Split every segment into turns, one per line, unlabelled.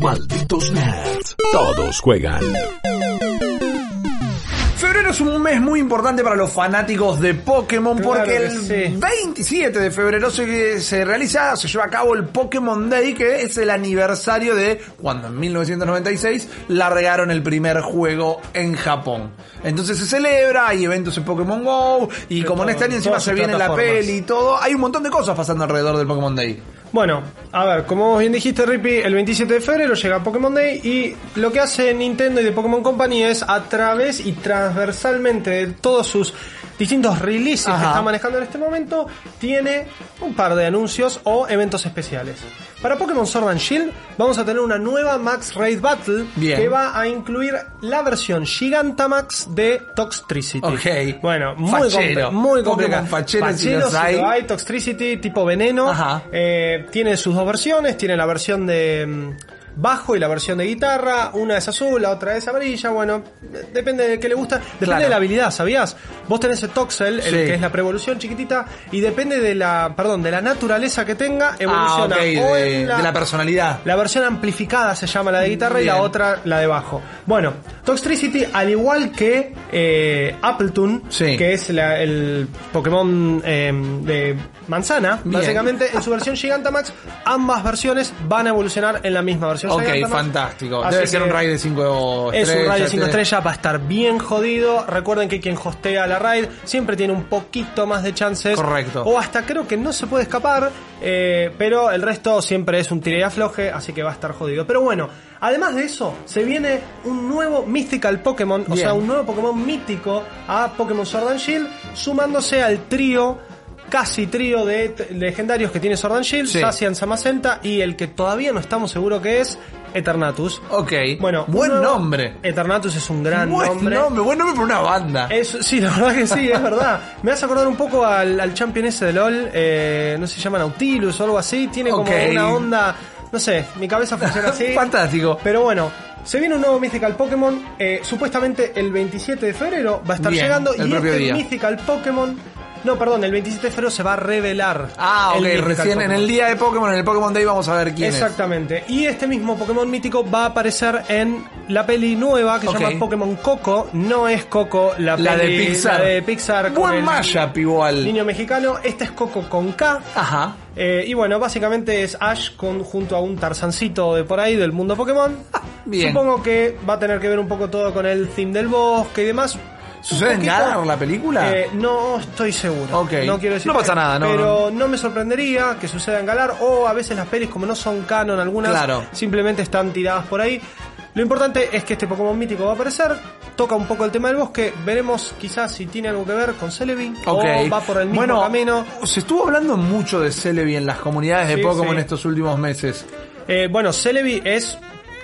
Malditos nerds. Todos juegan.
Febrero es un mes muy importante para los fanáticos de Pokémon
Claro
porque
que
el
sí.
27 de febrero se, se realiza, se lleva a cabo el Pokémon Day que es el aniversario de cuando en 1996 largaron el primer juego en Japón. Entonces se celebra, hay eventos en Pokémon Go y como en
todo,
este año
en
encima
todas
se
sus
viene la
plataformas.
peli y todo, hay un montón de cosas pasando alrededor del Pokémon Day.
Bueno, a ver, como vos bien dijiste, Rippy, el 27 de febrero llega Pokémon Day y lo que hace Nintendo y de Pokémon Company es a través y transversalmente de todos sus distintos releases que
Ajá.
está manejando en este momento, tiene un par de anuncios o eventos especiales. Para Pokémon Sword and Shield vamos a tener una nueva Max Raid Battle
Bien.
que va a incluir la versión Gigantamax de Toxtricity.
Ok.
Bueno, muy,
Fachero.
compl- muy
Pokémon
complicado.
fachero, si los
si
hay.
lo hay, Toxtricity tipo veneno.
Ajá.
Eh, tiene sus dos versiones, tiene la versión de mm, bajo y la versión de guitarra, una es azul, la otra es amarilla, bueno, de- depende de qué le gusta, depende
Claro.
de la habilidad, ¿sabías? Vos tenés el Toxel, el
Sí.
que es la prevolución chiquitita, y depende de la, perdón, de la naturaleza que tenga, evoluciona
Ah, ok,
o
de,
en la,
de la personalidad.
la versión amplificada se llama la de guitarra y la
Bien.
otra la de bajo. Bueno, Toxtricity, al igual que eh, Appletoon,
Sí.
que es la- el Pokémon eh, de manzana,
Bien.
básicamente en su versión Gigantamax, ambas versiones van a evolucionar en la misma versión.
Ok,
Gigantamax.
fantástico.
Así
Debe ser un
que-
raid de 5
es un raid de 5 estrellas, va a estar bien jodido. Recuerden que quien hostea la raid siempre tiene un poquito más de chances.
Correcto.
O hasta creo que no se puede escapar, eh, pero el resto siempre es un tire y afloje, así que va a estar jodido. Pero bueno, además de eso, se viene un nuevo Mystical Pokémon, o
Bien.
sea, un nuevo Pokémon mítico a Pokémon Sword and Shield, sumándose al trío. Casi trío de t- legendarios que tiene Sword and Shield,
Sí.
Zacian, Samacenta y el que todavía no estamos seguros que es Eternatus.
Ok.
Bueno,
buen
un nuevo-
nombre.
Eternatus es un gran
buen
nombre.
buen nombre para una banda.
Es- sí, la verdad que sí, es verdad. Me vas a acordar un poco al, al champion ese de LOL, eh, no sé, se llama Nautilus o algo así, tiene
Ok.
como una onda, no sé, mi cabeza funciona así.
Fantástico.
Pero bueno, se viene un nuevo Mythical Pokémon, eh, supuestamente el 27 de febrero va a estar
Bien,
llegando
el
y
propio
este
día.
Mythical Pokémon, no, perdón, el 27 de febrero se va a revelar.
Ah, ok,
el Mythical
recién en
Pokémon.
el día de Pokémon, en el Pokémon Day vamos a ver quién
Exactamente. Y este mismo Pokémon mítico va a aparecer en la peli nueva que
Ok.
se llama Pokémon Coco. No es Coco la,
es. La de
peli-
Pixar.
la de Pixar con
Buen
el
mashup igual.
Niño mexicano. Esta es Coco con K.
Ajá.
Eh, y bueno, básicamente es Ash con, junto a un tarzancito de por ahí del mundo Pokémon.
Ah, bien.
Supongo que va a tener que ver un poco todo con el theme del bosque y demás.
¿Sucede en
Poquito.
Galar la película?
Eh, no estoy seguro.
Ok.
No quiero decir
No pasa
que-
nada, no,
Pero no me sorprendería que suceda en Galar o a veces las pelis, como no son canon algunas,
Claro.
simplemente están tiradas por ahí. Lo importante es que este Pokémon mítico va a aparecer, toca un poco el tema del bosque, veremos quizás si tiene algo que ver con Celebi
Ok.
o va por el mismo
bueno,
camino.
Se estuvo hablando mucho de Celebi en las comunidades de
Sí,
Pokémon
sí.
estos últimos meses.
Eh, bueno, Celebi es.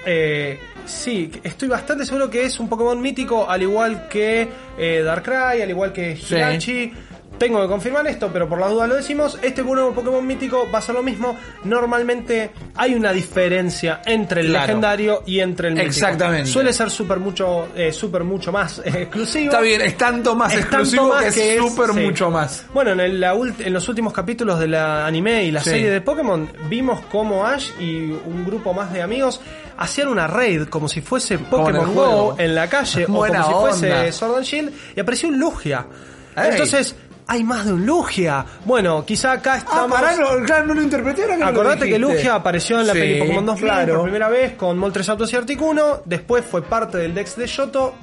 eh, sí, estoy bastante seguro que es un Pokémon mítico, al igual que eh, Darkrai, al igual que Hirachi. Tengo que confirmar esto, pero por las dudas lo decimos. Este nuevo Pokémon mítico va a ser lo mismo. Normalmente hay una diferencia entre el
Claro.
legendario y entre el mítico.
Exactamente.
Suele ser súper mucho, eh, super mucho más eh, exclusivo.
Está bien, es tanto más
Es tanto
exclusivo
más
que
que
es
es-
súper
sí.
mucho más. Ah,
Bueno, en, el- la ult- en los últimos capítulos de la anime y la
Sí.
serie de Pokémon, vimos cómo Ash y un grupo más de amigos hacían una raid como si fuese
en
Pokémon
el
Go
juego.
en la calle o
Buena
como si
onda.
fuese Sword and Shield y apareció un Lugia.
Ey.
Entonces, hay más de un Lugia. Bueno, quizá acá
Ah,
estamos.
pará, no, claro, no lo interpreté ahora que
Acordate que
lo dijiste.
Lugia apareció en la
Sí,
peli Pokémon 2 Blue
claro.
por primera vez con Moltres, Zapdos y Articuno. Después fue parte del Dex de Shoto.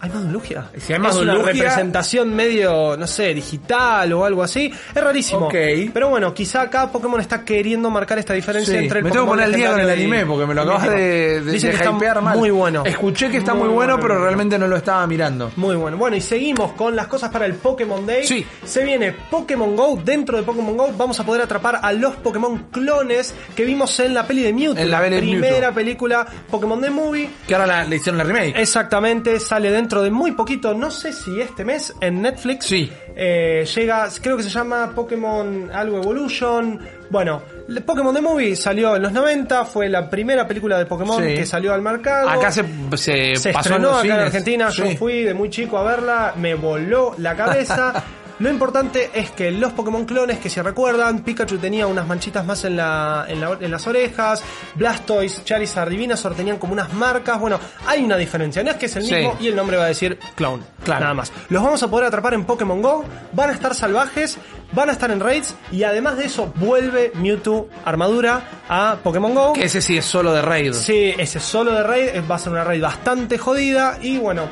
Hay más Lugia.
Si hay más
es una
Lugia-
representación medio, no sé, digital o algo así. Es rarísimo.
Ok.
Pero bueno, quizá acá Pokémon está queriendo marcar esta diferencia
Sí,
entre el
me tengo que
Pokémon
poner al día con el
legendario
anime
y-
porque me lo
y
acabas
mítico.
de, de,
Dicen
de
que está
hypear mal.
Muy bueno.
Escuché que está muy, bueno, pero realmente no lo estaba mirando.
Muy bueno. Bueno, y seguimos con las cosas para el Pokémon Day.
Sí.
Se viene Pokémon Go. Dentro de Pokémon Go vamos a poder atrapar a los Pokémon clones que vimos en la peli de Mewtwo.
En la peli de
primera
Mewtwo.
película Pokémon de Movie.
Que ahora la- le hicieron la remake.
Exactamente, sale dentro de muy poquito, no sé si este mes, en Netflix.
Sí.
Eh, llega, creo que se llama Pokémon Algo Evolution. Bueno, le- Pokémon The Movie salió en los 90, fue la primera película de Pokémon
Sí.
que salió al mercado.
Acá se, se,
Se
Eh, pasó en
estrenó
los
acá en
cines.
Argentina,
Sí.
yo fui de muy chico a verla, me voló la cabeza. Lo importante es que los Pokémon clones, que se recuerdan, Pikachu tenía unas manchitas más en, la, en, la- en las orejas, Blastoise, Charizard y Venusaur tenían como unas marcas. Bueno, hay una diferencia, no es que es el
Sí.
mismo y el nombre va a decir clone.
Claro.
Nada más. Los vamos a poder atrapar en Pokémon Go, van a estar salvajes, van a estar en raids y además de eso vuelve Mewtwo Armadura a Pokémon Go.
Que ese sí es solo de raid.
Sí, ese solo de raid eh, va a ser una raid bastante jodida y bueno,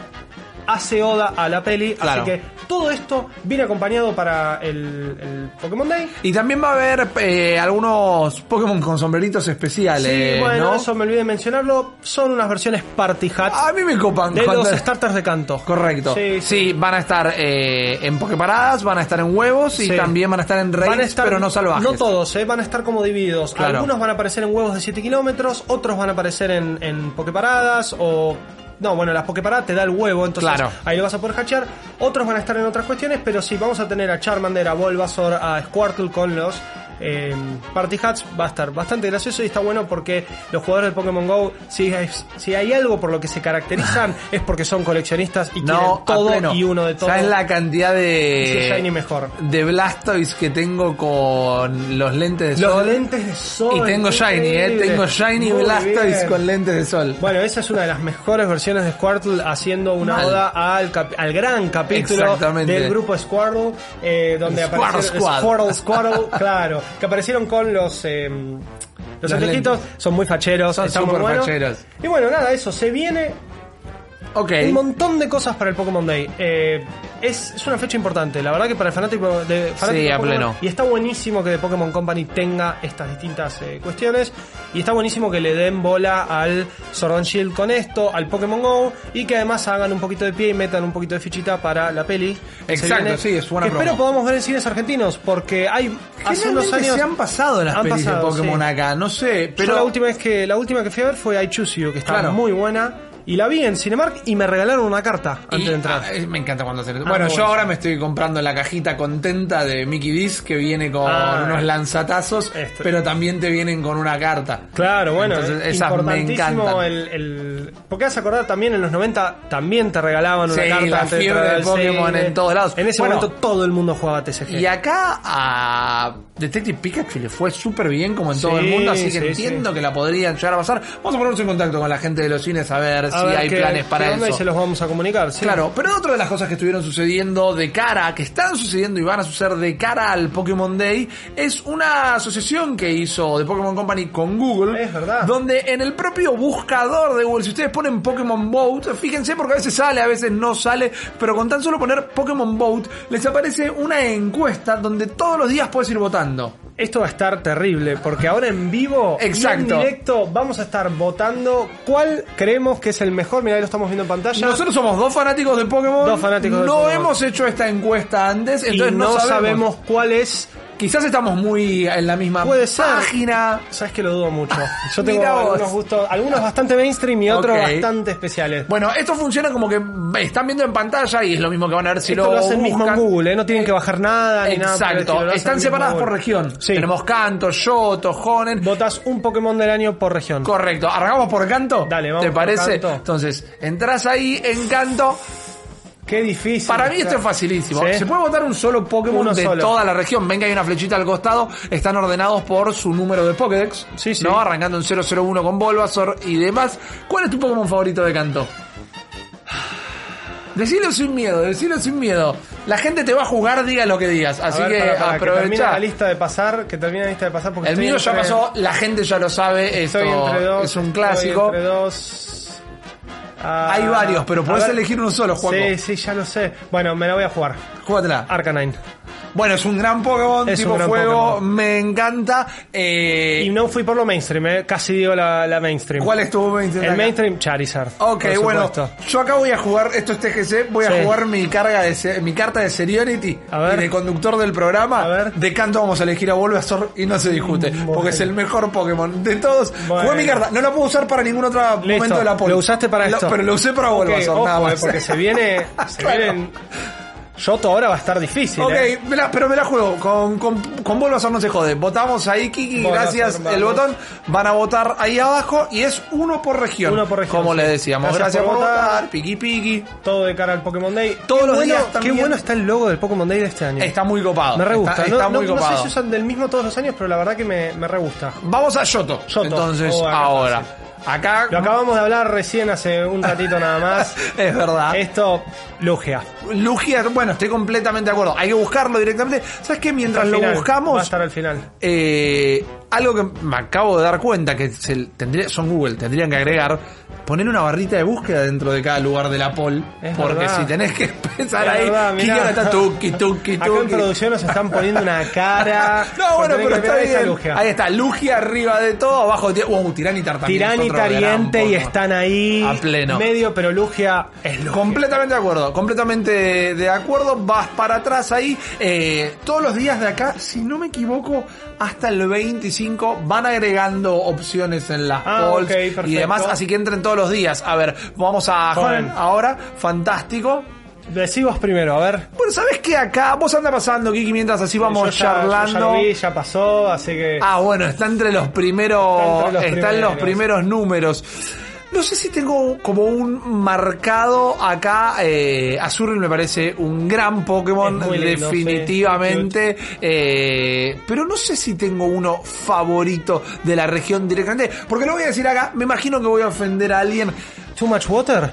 hace oda a la peli,
Claro.
así que todo esto viene acompañado para el, el Pokémon Day.
Y también va a haber eh, algunos Pokémon con sombreritos especiales,
sí, bueno,
¿no? Ah,
eso me olvidé de mencionarlo, son unas versiones party hats
A mí me copan.
de
cuando-
los starters de canto.
Correcto.
Sí,
Sí, van a estar eh, en Poképaradas, van a estar en huevos y
Sí.
también van a estar en raids,
Van a estar-
pero no salvajes.
No todos, eh, van a estar como divididos.
Claro.
Algunos van a aparecer en huevos de 7 kilómetros, otros van a aparecer en, en pokeparadas o... No, bueno, las pokeparadas te da el huevo, entonces
Claro.
ahí lo vas a poder hachear. Otros van a estar en otras cuestiones, pero sí, vamos a tener a Charmander, a Bulbasaur, a Squirtle con los eh, Party Hats. Va a estar bastante gracioso y está bueno porque los jugadores de Pokémon GO, si, es- si hay algo por lo que se caracterizan, es porque son coleccionistas y
No,
quieren
a
todo
pleno.
y uno de todo.
¿Sabes la cantidad
Y si es shiny
de.
mejor.
de Blastoise que tengo con los lentes de
Los
sol?
lentes de sol.
Y tengo Shiny, eh.
increíble.
Tengo Shiny
Muy
Blastoise
bien.
con lentes de sol.
Bueno, esa es una de las mejores versiones de Squirtle haciendo una
Mal.
oda al, cap- al gran capítulo
Exactamente.
del grupo Squirtle, eh, donde
Squirtle
aparecieron
Squad.
Squirtle, Squirtle, claro, que aparecieron con los eh, los
Los
antejitos, son muy facheros,
Son
están muy
súper
buenos.
facheros.
Y bueno, nada, eso se viene
ok.
un montón de cosas para el Pokémon Day. Eh, es, es una fecha importante, la verdad que para el fanático de fanático
Sí,
de
a
Pokémon,
pleno.
Y está buenísimo que The Pokémon Company tenga estas distintas eh, cuestiones. Y está buenísimo que le den bola al Sword and Shield con esto, al Pokémon Go, y que además hagan un poquito de pie y metan un poquito de fichita para la peli. que se
Exacto,
viene,
sí, es buena
que
promo.
Espero podamos ver en cines argentinos, porque hay hace unos
Generalmente
años.
se han pasado las
han
pelis
pasado,
de Pokémon
sí.
acá, no sé,
Pero
pero
la última vez que la última que fui a ver fue I Choose You, que estaba
Claro.
muy buena. Y la vi en Cinemark y me regalaron una carta
y-
antes de entrar.
ah, eh, me encanta cuando hacen eso.
Ah,
bueno,
muy
yo
bueno.
ahora me estoy comprando la cajita contenta de Mickey D's que viene con
Ah.
unos lanzatazos,
Esto.
pero también te vienen con una carta.
Claro, bueno,
Entonces,
es
esas me
importantísimo
encantan.
el, el... Porque vas a acordar también en los 90 también te regalaban una
Sí,
carta
la
antes de
fiebre
entrar
de
al
Pokémon
cine.
en todos lados.
En ese
Bueno.
momento todo el mundo jugaba TCG.
Y acá a Detective Pikachu le fue súper bien como en todo
Sí,
el mundo, así que
sí,
entiendo
sí.
que la podrían llegar a pasar. Vamos a ponernos en contacto con la gente de los cines a ver
A
si
ver
hay
qué-
planes
qué
para
onda
eso.
Y se los vamos a comunicar, sí.
Claro, pero otra de las cosas que estuvieron sucediendo de cara, que están sucediendo y van a suceder de cara al Pokémon Day, es una asociación que hizo de Pokémon Company con Google.
Es verdad.
Donde en el propio buscador de Google, si ustedes ponen Pokémon Boat, fíjense porque a veces sale, a veces no sale, pero con tan solo poner Pokémon Boat, les aparece una encuesta donde todos los días puedes ir votando.
Esto va a estar terrible porque ahora en vivo, y
Exacto.
en directo, vamos a estar votando cuál creemos que es el mejor. Mirá, ahí lo estamos viendo en pantalla.
Nosotros somos dos fanáticos de Pokémon.
Dos fanáticos de
No
Pokémon.
hemos hecho esta encuesta antes,
y
entonces
no,
sabemos.
sabemos cuál es
Quizás estamos muy en la misma
Puede ser.
página.
Sabes que lo dudo mucho. Yo tengo
Mirá vos.
algunos gustos, algunos bastante mainstream y otros
Ok.
bastante especiales.
Bueno, esto funciona como que están viendo en pantalla y es lo mismo que van a ver si
Esto
lo,
lo, hacen mismo en
buscan.
Google, ¿eh? no tienen que bajar nada ni nada. por el estilo,
Exacto,
lo hacen
están
mismo
separadas
Google.
por región.
Sí.
Tenemos Canto, Yoto, Jonen.
Votas un Pokémon del año por región.
Correcto, arrancamos por Canto.
Dale, vamos
¿Te
por
parece?
Kanto.
Entonces, entras ahí en Canto.
Qué difícil.
Para mí esto es facilísimo.
Sí.
Se puede votar un solo Pokémon
Uno
de
solo.
toda la región. Ven que hay una flechita al costado. Están ordenados por su número de Pokédex.
Sí, sí.
¿no? Arrancando en 001 con Bulbasaur y demás. ¿Cuál es tu Pokémon favorito de Canto? Decilo sin miedo, decilo sin miedo. La gente te va a jugar, diga lo que digas.
A
Así
ver,
que
para, para, que termine
aprovecha.
la lista de pasar, que termine la lista de pasar porque
El
estoy
mío ya
entre-
pasó, la gente ya lo sabe.
Estoy
esto
entre dos.
es un
estoy
clásico.
entre dos. Ah,
Hay varios, pero
a
puedes
ver.
elegir uno solo, Juanjo.
Sí, sí, ya lo sé. Bueno, me la voy a jugar.
Júgatela.
Arcanine.
Bueno, es un gran Pokémon,
Es un
tipo
gran
fuego,
Pokémon.
me encanta. Eh,
Y no fui por lo mainstream, eh. casi digo la, la mainstream.
¿Cuál es tu
El mainstream, Charizard.
Ok,
por
bueno,
supuesto.
yo acá voy a jugar, esto es TGC, voy
Sí.
a jugar mi carga de se- mi carta de seniority
A ver.
y de conductor del programa.
A ver. Mm,
De canto vamos a elegir a Bulbasaur y no se discute,
Bueno.
porque es el mejor Pokémon de todos.
Bueno.
Jugué mi carta, no la puedo usar para ningún otro
Listo.
momento de la poli.
Lo usaste para
Lo-
esto.
Pero lo usé para
Ok,
Bulbasaur,
ojo,
nada más.
eh, porque se viene. Se
Claro.
vienen. Yoto ahora va a estar difícil.
Ok,
eh.
me la- pero me la juego. Con, con, con Bulbasaur no se jode. Votamos ahí, Kiki,
Bulbasaur,
gracias.
vamos.
El botón. Van a votar ahí abajo y es uno por región.
Uno por región,
Como
sí.
le decíamos. Gracias,
Gracias por
por,
votar.
votar. Piqui, piqui.
Todo de cara al Pokémon Day.
Todos
Qué
los
bueno,
días
Qué
también.
bueno está el logo del Pokémon Day de este año.
Está muy copado.
me re gusta.
Está,
no,
está
no-
muy
no
copado.
sé si usan del mismo todos los años, pero la verdad que me, me re gusta.
Vamos a Yoto.
Yoto.
Entonces,
Oh, acá
ahora. Acá.
Lo acabamos de hablar recién hace un ratito nada más.
Es verdad.
Esto, Lugia.
Lugia, bueno, estoy completamente de acuerdo. Hay que buscarlo directamente. ¿Sabes qué? Mientras
Al
lo
final, Va a
buscamos,
estar al final.
Eh, algo que me acabo de dar cuenta que se tendría, son Google, tendrían que agregar, poner una barrita de búsqueda dentro de cada lugar de la poll.
Es
porque
verdad.
si tenés que empezar
Es
ahí,
verdad, mirá.
¿quién ahora está tuki, tuki,
Acá en
tuki?
producción nos están poniendo una cara.
No, bueno, pero
Porque tenés que
está
mirar esa
bien.
Lugia.
Ahí está, Lugia arriba de todo, abajo de wow, Tiranitar también. es
Tirani
otro gran
Tariente y
Pokémon.
están ahí.
A pleno.
Medio, pero Lugia es Lugia.
Completamente de acuerdo, completamente de acuerdo. Vas para atrás ahí. eh, todos los días de acá, si no me equivoco, hasta el 25 van agregando opciones en las
Ah,
polls
ok, perfecto.
y demás. Así que entren todos los días. A ver, vamos a
Joven.
Joven ahora. Fantástico.
Decí vos primero, a ver.
Bueno, ¿sabés qué acá? Vos anda pasando, Kiki, mientras así vamos
Yo ya-
charlando.
yo ya lo vi, ya pasó, así que.
Ah, bueno, está entre los
Está
primeros.
entre los
Están los
primeros.
primeros números. No sé si tengo como un marcado acá. Eh, Azuril me parece un gran Pokémon,
Es muy lindo,
definitivamente. Eh, pero no sé si tengo uno favorito de la región directamente. Porque lo voy a decir acá, me imagino que voy a ofender a alguien.
¿Too much water?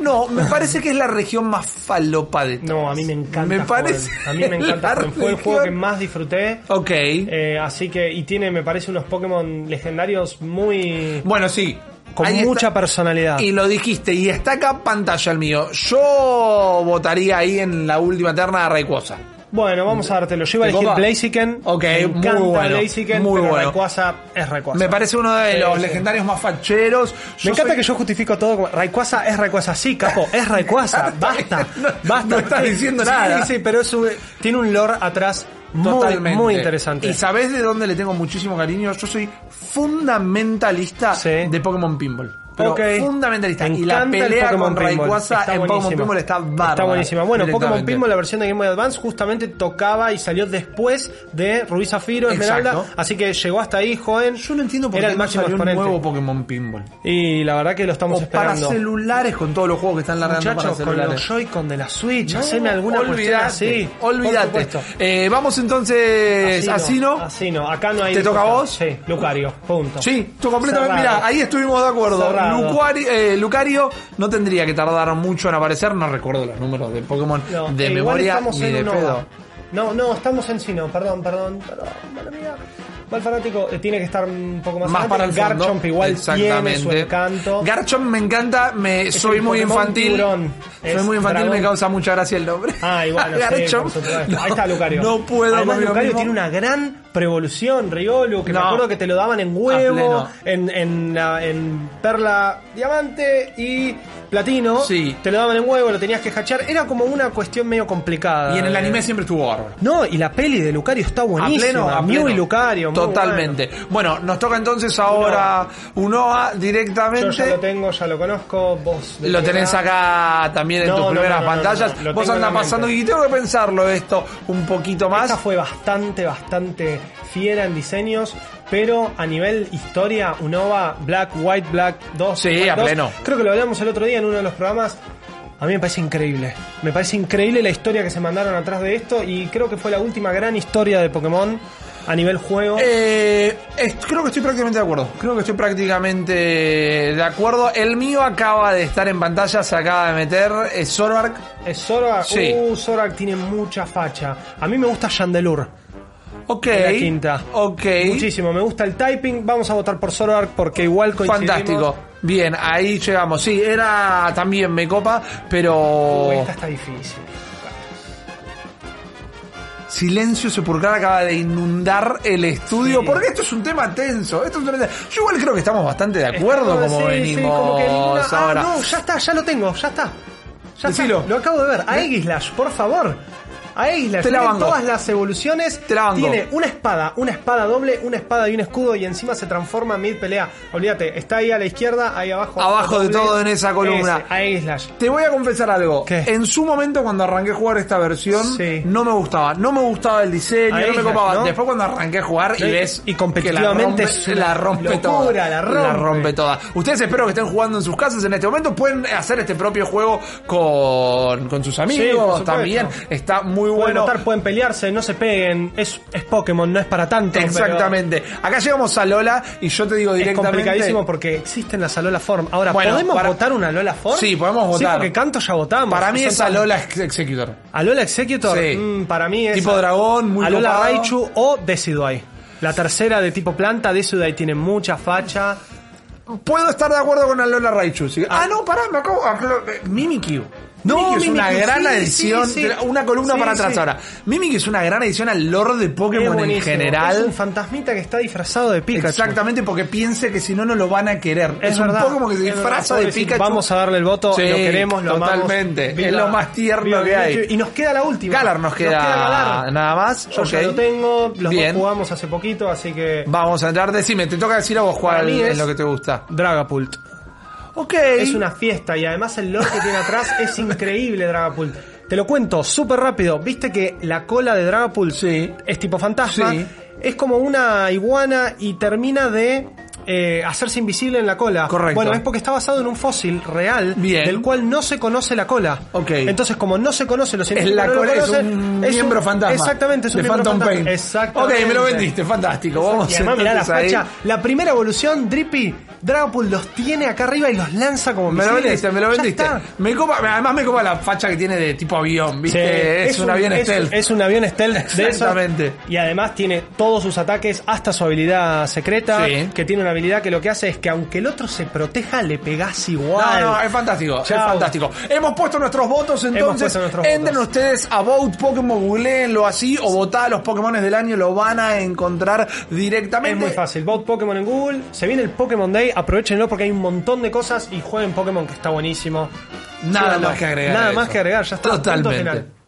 No, me parece que es la región más falopa de todas.
No, a mí me encanta.
Me
Joven.
parece.
A mí me
la
encanta. Joven. Fue el juego que
región-
más disfruté.
Ok.
Eh, así que, y tiene, me parece, unos Pokémon legendarios muy.
bueno, sí.
con
Ahí está.
mucha personalidad.
Y lo dijiste, y está acá pantalla el mío. Yo votaría ahí en la última terna a Rayquaza.
Bueno, vamos a dártelo. Yo iba a
¿Te
elegir
copa?
Blaziken.
Ok,
me
muy
encanta
bueno,
Blaziken,
muy
pero
bueno.
Rayquaza es Rayquaza.
Me parece uno de
Sí,
los
sí.
legendarios más facheros.
Me encanta que yo justifico todo como Rayquaza es Rayquaza, sí, capo, es Rayquaza, basta,
No-
basta.
no estás
Sí,
diciendo
sí,
nada.
Sí, pero es un- tiene un lore atrás muy,
Totalmente.
muy interesante.
¿Y sabés de dónde le tengo muchísimo cariño? Yo soy fundamentalista
Sí.
de Pokémon Pinball. Pero
Ok.
fundamentalista.
Me
y la
encanta el
pelea
Pokémon
con
Pinball.
Rayquaza
Está
en Pokémon
buenísima.
Pinball está bárbara.
Está buenísima. Bueno, Pokémon
directamente.
Pinball, la versión de Game Boy Advance, justamente tocaba y salió después de Rubí Zafiro, Esmeralda.
Exacto.
Así que llegó hasta ahí, joven.
Yo no entiendo por
Era
qué
el
no
máximo
salió un
exponente.
nuevo Pokémon Pinball.
Y la verdad que lo estamos
O para
esperando.
celulares con todos los juegos que están largando para
Muchachos, con
celulares.
los Joy-Con de la Switch, haceme alguna
olvidate,
cuestión así. Por
Olvidate.
supuesto.
Eh, vamos entonces, así no.
Así no, acá no hay.
¿Te toca a
discusión.
vos?
Sí, Lucario, punto.
Sí, tú completamente.
Cerrado.
Mirá, ahí estuvimos de acuerdo.
Cerrado.
Lucuari- eh, Lucario no tendría que tardar mucho en aparecer. No recuerdo los números de Pokémon
No,
de
eh, igual
memoria
estamos
ni
en
de
un
pedo.
OVA. No, no, estamos en Sino, perdón, perdón, perdón, mala mía. Mal fanático, eh, tiene que estar un poco más,
Más
adelante.
para el fondo.
Garchomp igual tiene su encanto.
Garchomp me encanta, me,
Es
soy
un
muy
Pokémon
infantil.
tiburón. Es
Soy muy infantil,
dragón.
me causa mucha gracia el nombre.
Ah, igual,
Garchomp,
Ahí está Lucario.
No puedo
Además,
con lo
Lucario
mismo.
tiene una gran prevolución, Riolu, que me
No.
acuerdo que te lo daban en
A
huevo,
pleno.
en, en, la- en perla diamante y platino.
Sí.
Te lo daban en huevo, lo tenías que hachar. Era como una cuestión medio complicada.
Y en el
Eh,
anime siempre estuvo bárbaro.
No, y la peli de Lucario está buenísima.
a
Mew
pleno.
y Lucario. muy
Totalmente.
bueno.
Bueno. nos toca entonces ahora Unoa directamente.
Yo ya lo tengo, ya lo conozco. Vos. de
Lo
verdad.
tenés acá también en
No,
tus
no,
primeras
no, no, no,
pantallas.
no, lo
Vos
tengo en la
andás pasando
mente.
y tengo que pensarlo esto un poquito más.
Esta fue bastante, bastante fiera en diseños, pero a nivel historia, Unova, Black, White, Black 2.
Sí,
White
a
2,
pleno.
Creo que lo hablamos el otro día en uno de los programas. A mí me parece increíble. Me parece increíble la historia que se mandaron atrás de esto y creo que fue la última gran historia de Pokémon a nivel juego.
Eh, es- creo que estoy prácticamente de acuerdo. Creo que estoy prácticamente de acuerdo. El mío acaba de estar en pantalla, se acaba de meter. Es Zorbark.
Eh, Zorak,
sí.
uh, Zorak tiene mucha facha. A mí me gusta Chandelure.
Ok.
La quinta.
Ok.
Muchísimo, me gusta el typing. Vamos a votar por Zoroark porque igual coincidimos.
Fantástico. Bien, ahí llegamos. Sí, era también me copa, pero.
Uy, esta está difícil.
Silencio Sepulcral acaba de inundar el estudio.
Sí.
Porque esto es un tema tenso. Esto es un tema tenso. Yo igual creo que estamos bastante de acuerdo
Estamos-
como
sí, sí,
venimos
como que ninguna- ah,
ahora.
no, ya está, ya lo tengo, ya está. Ya
Decilo.
está, lo acabo de ver. A Slash, por favor. A
Te
Slash,
la
tiene
banco.
todas las evoluciones.
Te la banco.
Tiene una espada, una espada doble, una espada y un escudo y encima se transforma mid pelea. Olvídate, está ahí a la izquierda, ahí abajo.
Abajo de
doble.
todo en esa columna.
Ese, A Slash.
Te voy a confesar algo.
¿Qué?
En su momento, cuando arranqué a jugar esta versión,
Sí.
no me gustaba. No me gustaba el diseño,
Ahí
no me
ya,
copaba.
¿no?
Después, cuando arranqué a jugar y
No, y-
ves.
y competitivamente
que
es una
la rompe,
locura,
toda.
la rompe.
toda. Ustedes espero que estén jugando en sus casas en este momento. Pueden hacer este propio juego con, con sus amigos
supuesto.
también. Está muy
Pueden
bueno.
notar, pueden pelearse, no se peguen. Es, es Pokémon, no es para tanto. pero-
Exactamente. Acá llegamos a Lola y yo te digo
Es
directamente.
complicadísimo porque existen las Alola Form. Ahora,
Bueno,
¿podemos
para-
votar una Alola Form?
Sí, podemos votar.
Sí, porque canto ya votamos.
Para mí
Son
es
tan-
Alola Ex- Executor.
Alola Executor,
Sí.
mm, para mí es.
Tipo dragón, muy
Alola
copado.
Raichu o Decidueye. La tercera de tipo planta, Decidueye tiene mucha facha.
Puedo estar de acuerdo con Alola Raichu. sí. Ah, no, pará, me acabo. acabo- eh, Mimikyu. Mimikyu es una
Mimikyu,
gran
sí,
adición.
sí, sí.
Una columna
Sí,
para atrás
sí.
ahora. Mimikyu es una gran adición al lore de
Es
Pokémon en
buenísimo. Es un
general.
fantasmita que está disfrazado de Pikachu.
Exactamente, porque piense que si no, no lo van a querer.
Es,
Es, un
verdad.
Pokémon que se
Es verdad.
disfraza
Puedo
de
decir,
Pikachu.
Vamos a darle el voto,
Sí,
lo queremos, lo amamos.
Totalmente.
Viva-
es lo más tierno
viva
que hay.
Pikachu. Y nos queda la última.
Galar nos queda,
Galar.
nada más.
Yo ya
ok.
lo tengo, los
Bien.
dos jugamos hace poquito, así que.
Vamos a entrar. Decime, te toca decir a vos
Para
cuál
mí
es
es-
lo que te gusta.
Dragapult.
Ok.
Es una fiesta y además el lore que tiene atrás es increíble, Dragapult. Te lo cuento súper rápido. Viste que la cola de Dragapult
Sí.
es tipo fantasma.
Sí.
Es como una iguana y termina de eh, hacerse invisible en la cola.
Correcto.
Bueno, es porque está basado en un fósil real
Bien.
del cual no se conoce la cola.
Ok.
Entonces, como no se conoce, los científicos
la
no lo
cola, es
conocen,
un
es un-
miembro fantasma.
Exactamente, es
de
un miembro
Phantom
fantasma.
Pain.
Exactamente.
Ok, me lo vendiste, fantástico. Vamos
Y además, mirá la
entonces ahí.
facha. La primera evolución, Drippy, Dragapult los tiene acá arriba y los lanza como
Me lo
misiles.
vendiste, me lo
Ya
vendiste.
está.
Me copa, además me copa la facha que tiene de tipo avión,
Sí,
¿viste? es, un avión
es-
stealth.
Es un avión stealth de esos.
Exactamente.
Y además tiene todos sus ataques, hasta su habilidad secreta.
Sí.
Que tiene una habilidad que lo que hace es que aunque el otro se proteja, le pegás
No,
igual.
no, es fantástico, es
Chao.
fantástico. Hemos puesto nuestros votos, entonces
puesto nuestros
entren
votos.
ustedes a Vote Pokémon, googleenlo así o votá a los Pokémon del año, lo van a encontrar
Es
directamente.
muy fácil. Vote Pokémon en Google. Se viene el Pokémon Day. Aprovechenlo porque hay un montón de cosas y jueguen Pokémon que está buenísimo.
Nada
Síganlo.
más que agregar. a
Nada
eso.
más que agregar. Ya está. Punto
Totalmente.
final.